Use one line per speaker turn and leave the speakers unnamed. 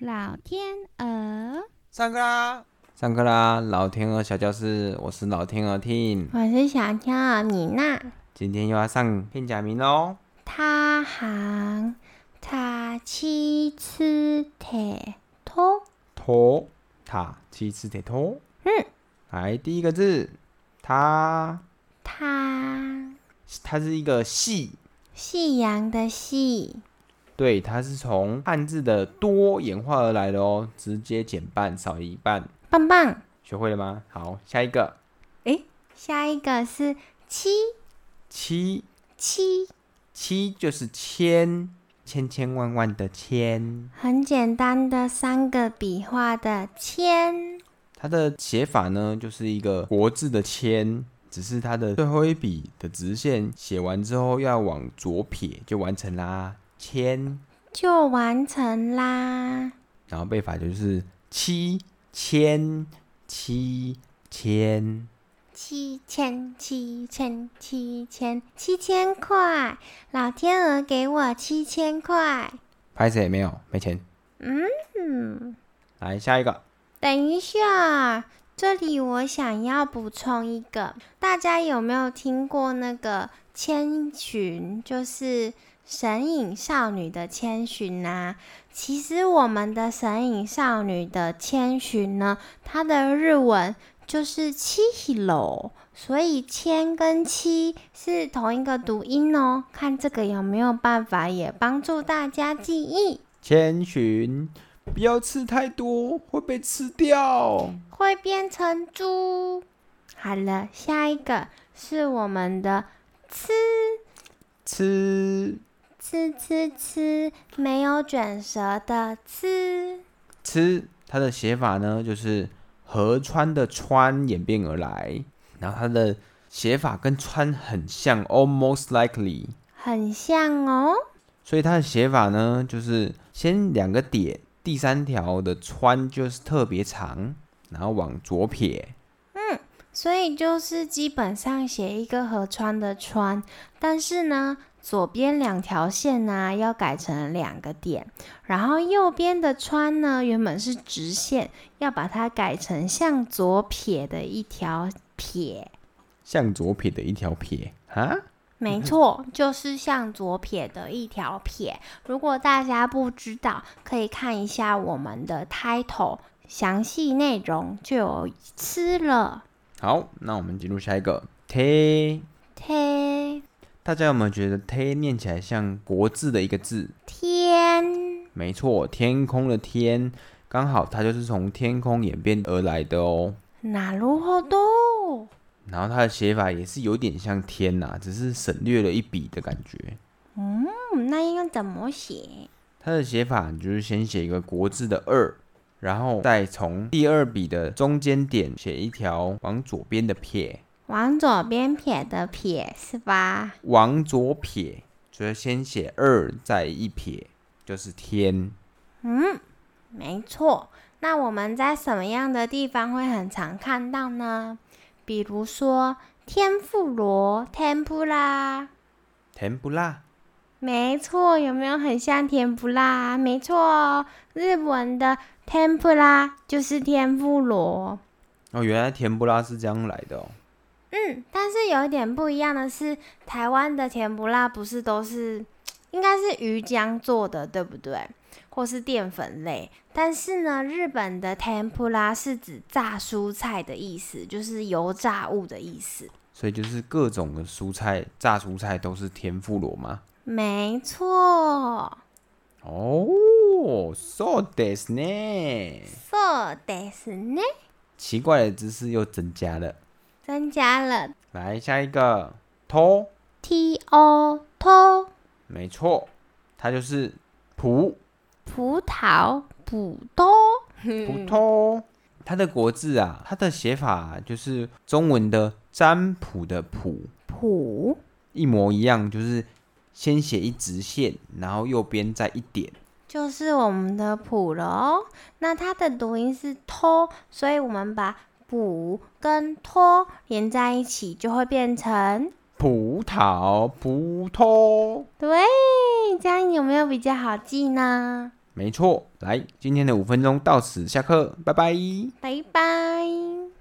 老天鹅，
上课啦！上课啦！老天鹅小教室，我是老天鹅 Tin，
我是小跳米娜。
今天又要上片假名喽。
他行他七次铁托，
托塔七次铁托。
嗯，
来第一个字，它，
他
它是一个系，
夕阳的夕，
对，它是从汉字的多演化而来的哦，直接减半，少一半。
棒棒。
学会了吗？好，下一个
诶，下一个是七
七
七，
七就是千，千千万万的千。
很简单的三个笔画的千。
它的写法呢，就是一个国字的“千”，只是它的最后一笔的直线写完之后要往左撇就完成啦，“千
就完成啦！”。
然后背法就是“七千七千
七千七千七千七千块，老天鹅给我七千块。”。
拍谁没有？没钱。
嗯，
来下一个，
等一下，这里我想要补充一个，大家有没有听过那个千寻，就是神隐少女的千寻啊？其实我们的神隐少女的千寻呢，它的日文就是七楼，所以千跟七是同一个读音哦。看这个有没有办法也帮助大家记忆。
千寻，不要吃太多，会被吃掉。
会变成猪。好了，下一个是我们的吃
吃
吃吃吃，没有卷舌的吃。
吃，它的写法呢就是河川的川演变而来，然后它的写法跟川很像，almost likely，
很像哦，
所以它的写法呢就是先两个点，第三条的川就是特别长，然后往左撇，
所以就是基本上写一个河川的川，但是呢，左边两条线呢、要改成两个点，然后右边的川呢原本是直线，要把它改成向左撇的一条撇。
向左撇的一条撇啊，
没错，就是向左撇的一条撇。如果大家不知道，可以看一下我们的 title，详细内容就有吃了。
好，那我们进入下一个 t，
天
大家有没有觉得 t 念起来像国字的一个字？
天
没错，天空的天，刚好它就是从天空演变而来的哦。
哪路好多？哦
然后它的写法也是有点像天呐、只是省略了一笔的感觉。
嗯，那应该怎么写？
它的写法你就是先写一个国字的二，然后再从第二笔的中间点写一条往左边的撇，
往左边撇的撇是吧？
往左撇，所以先写二再一撇，就是天。
没错。那我们在什么样的地方会很常看到呢？比如说天妇罗、天妇啦。
甜不辣，
没错，有没有很像甜不辣？没错哦，日文的天妇啦就是天妇罗。
哦，原来甜不辣是这样来的哦。
嗯，但是有一点不一样的是，台湾的甜不辣不是都是应该是鱼浆做的，对不对？或是淀粉类，但是呢，日本的天ぷ啦是指炸蔬菜的意思，就是油炸物的意思。
所以就是各种的蔬菜炸蔬菜都是天妇罗吗？
没错，
哦，so this 呢？
そうですね，
奇怪的知识又增加了。
增加了
来下一个，偷，
t o 偷
没错，它就是葡
葡萄补多，
葡萄。它的国字啊，它的写法就是中文的占卜的卜
普
一模一样，就是先写一直线，然后右边再一点。
就是我们的普了哦。那它的读音是偷，所以我们把补跟托连在一起，就会变成
葡萄，葡萄，
对。这样有没有比较好记呢？
没错，来，今天的五分钟到此下课，拜拜。
拜拜。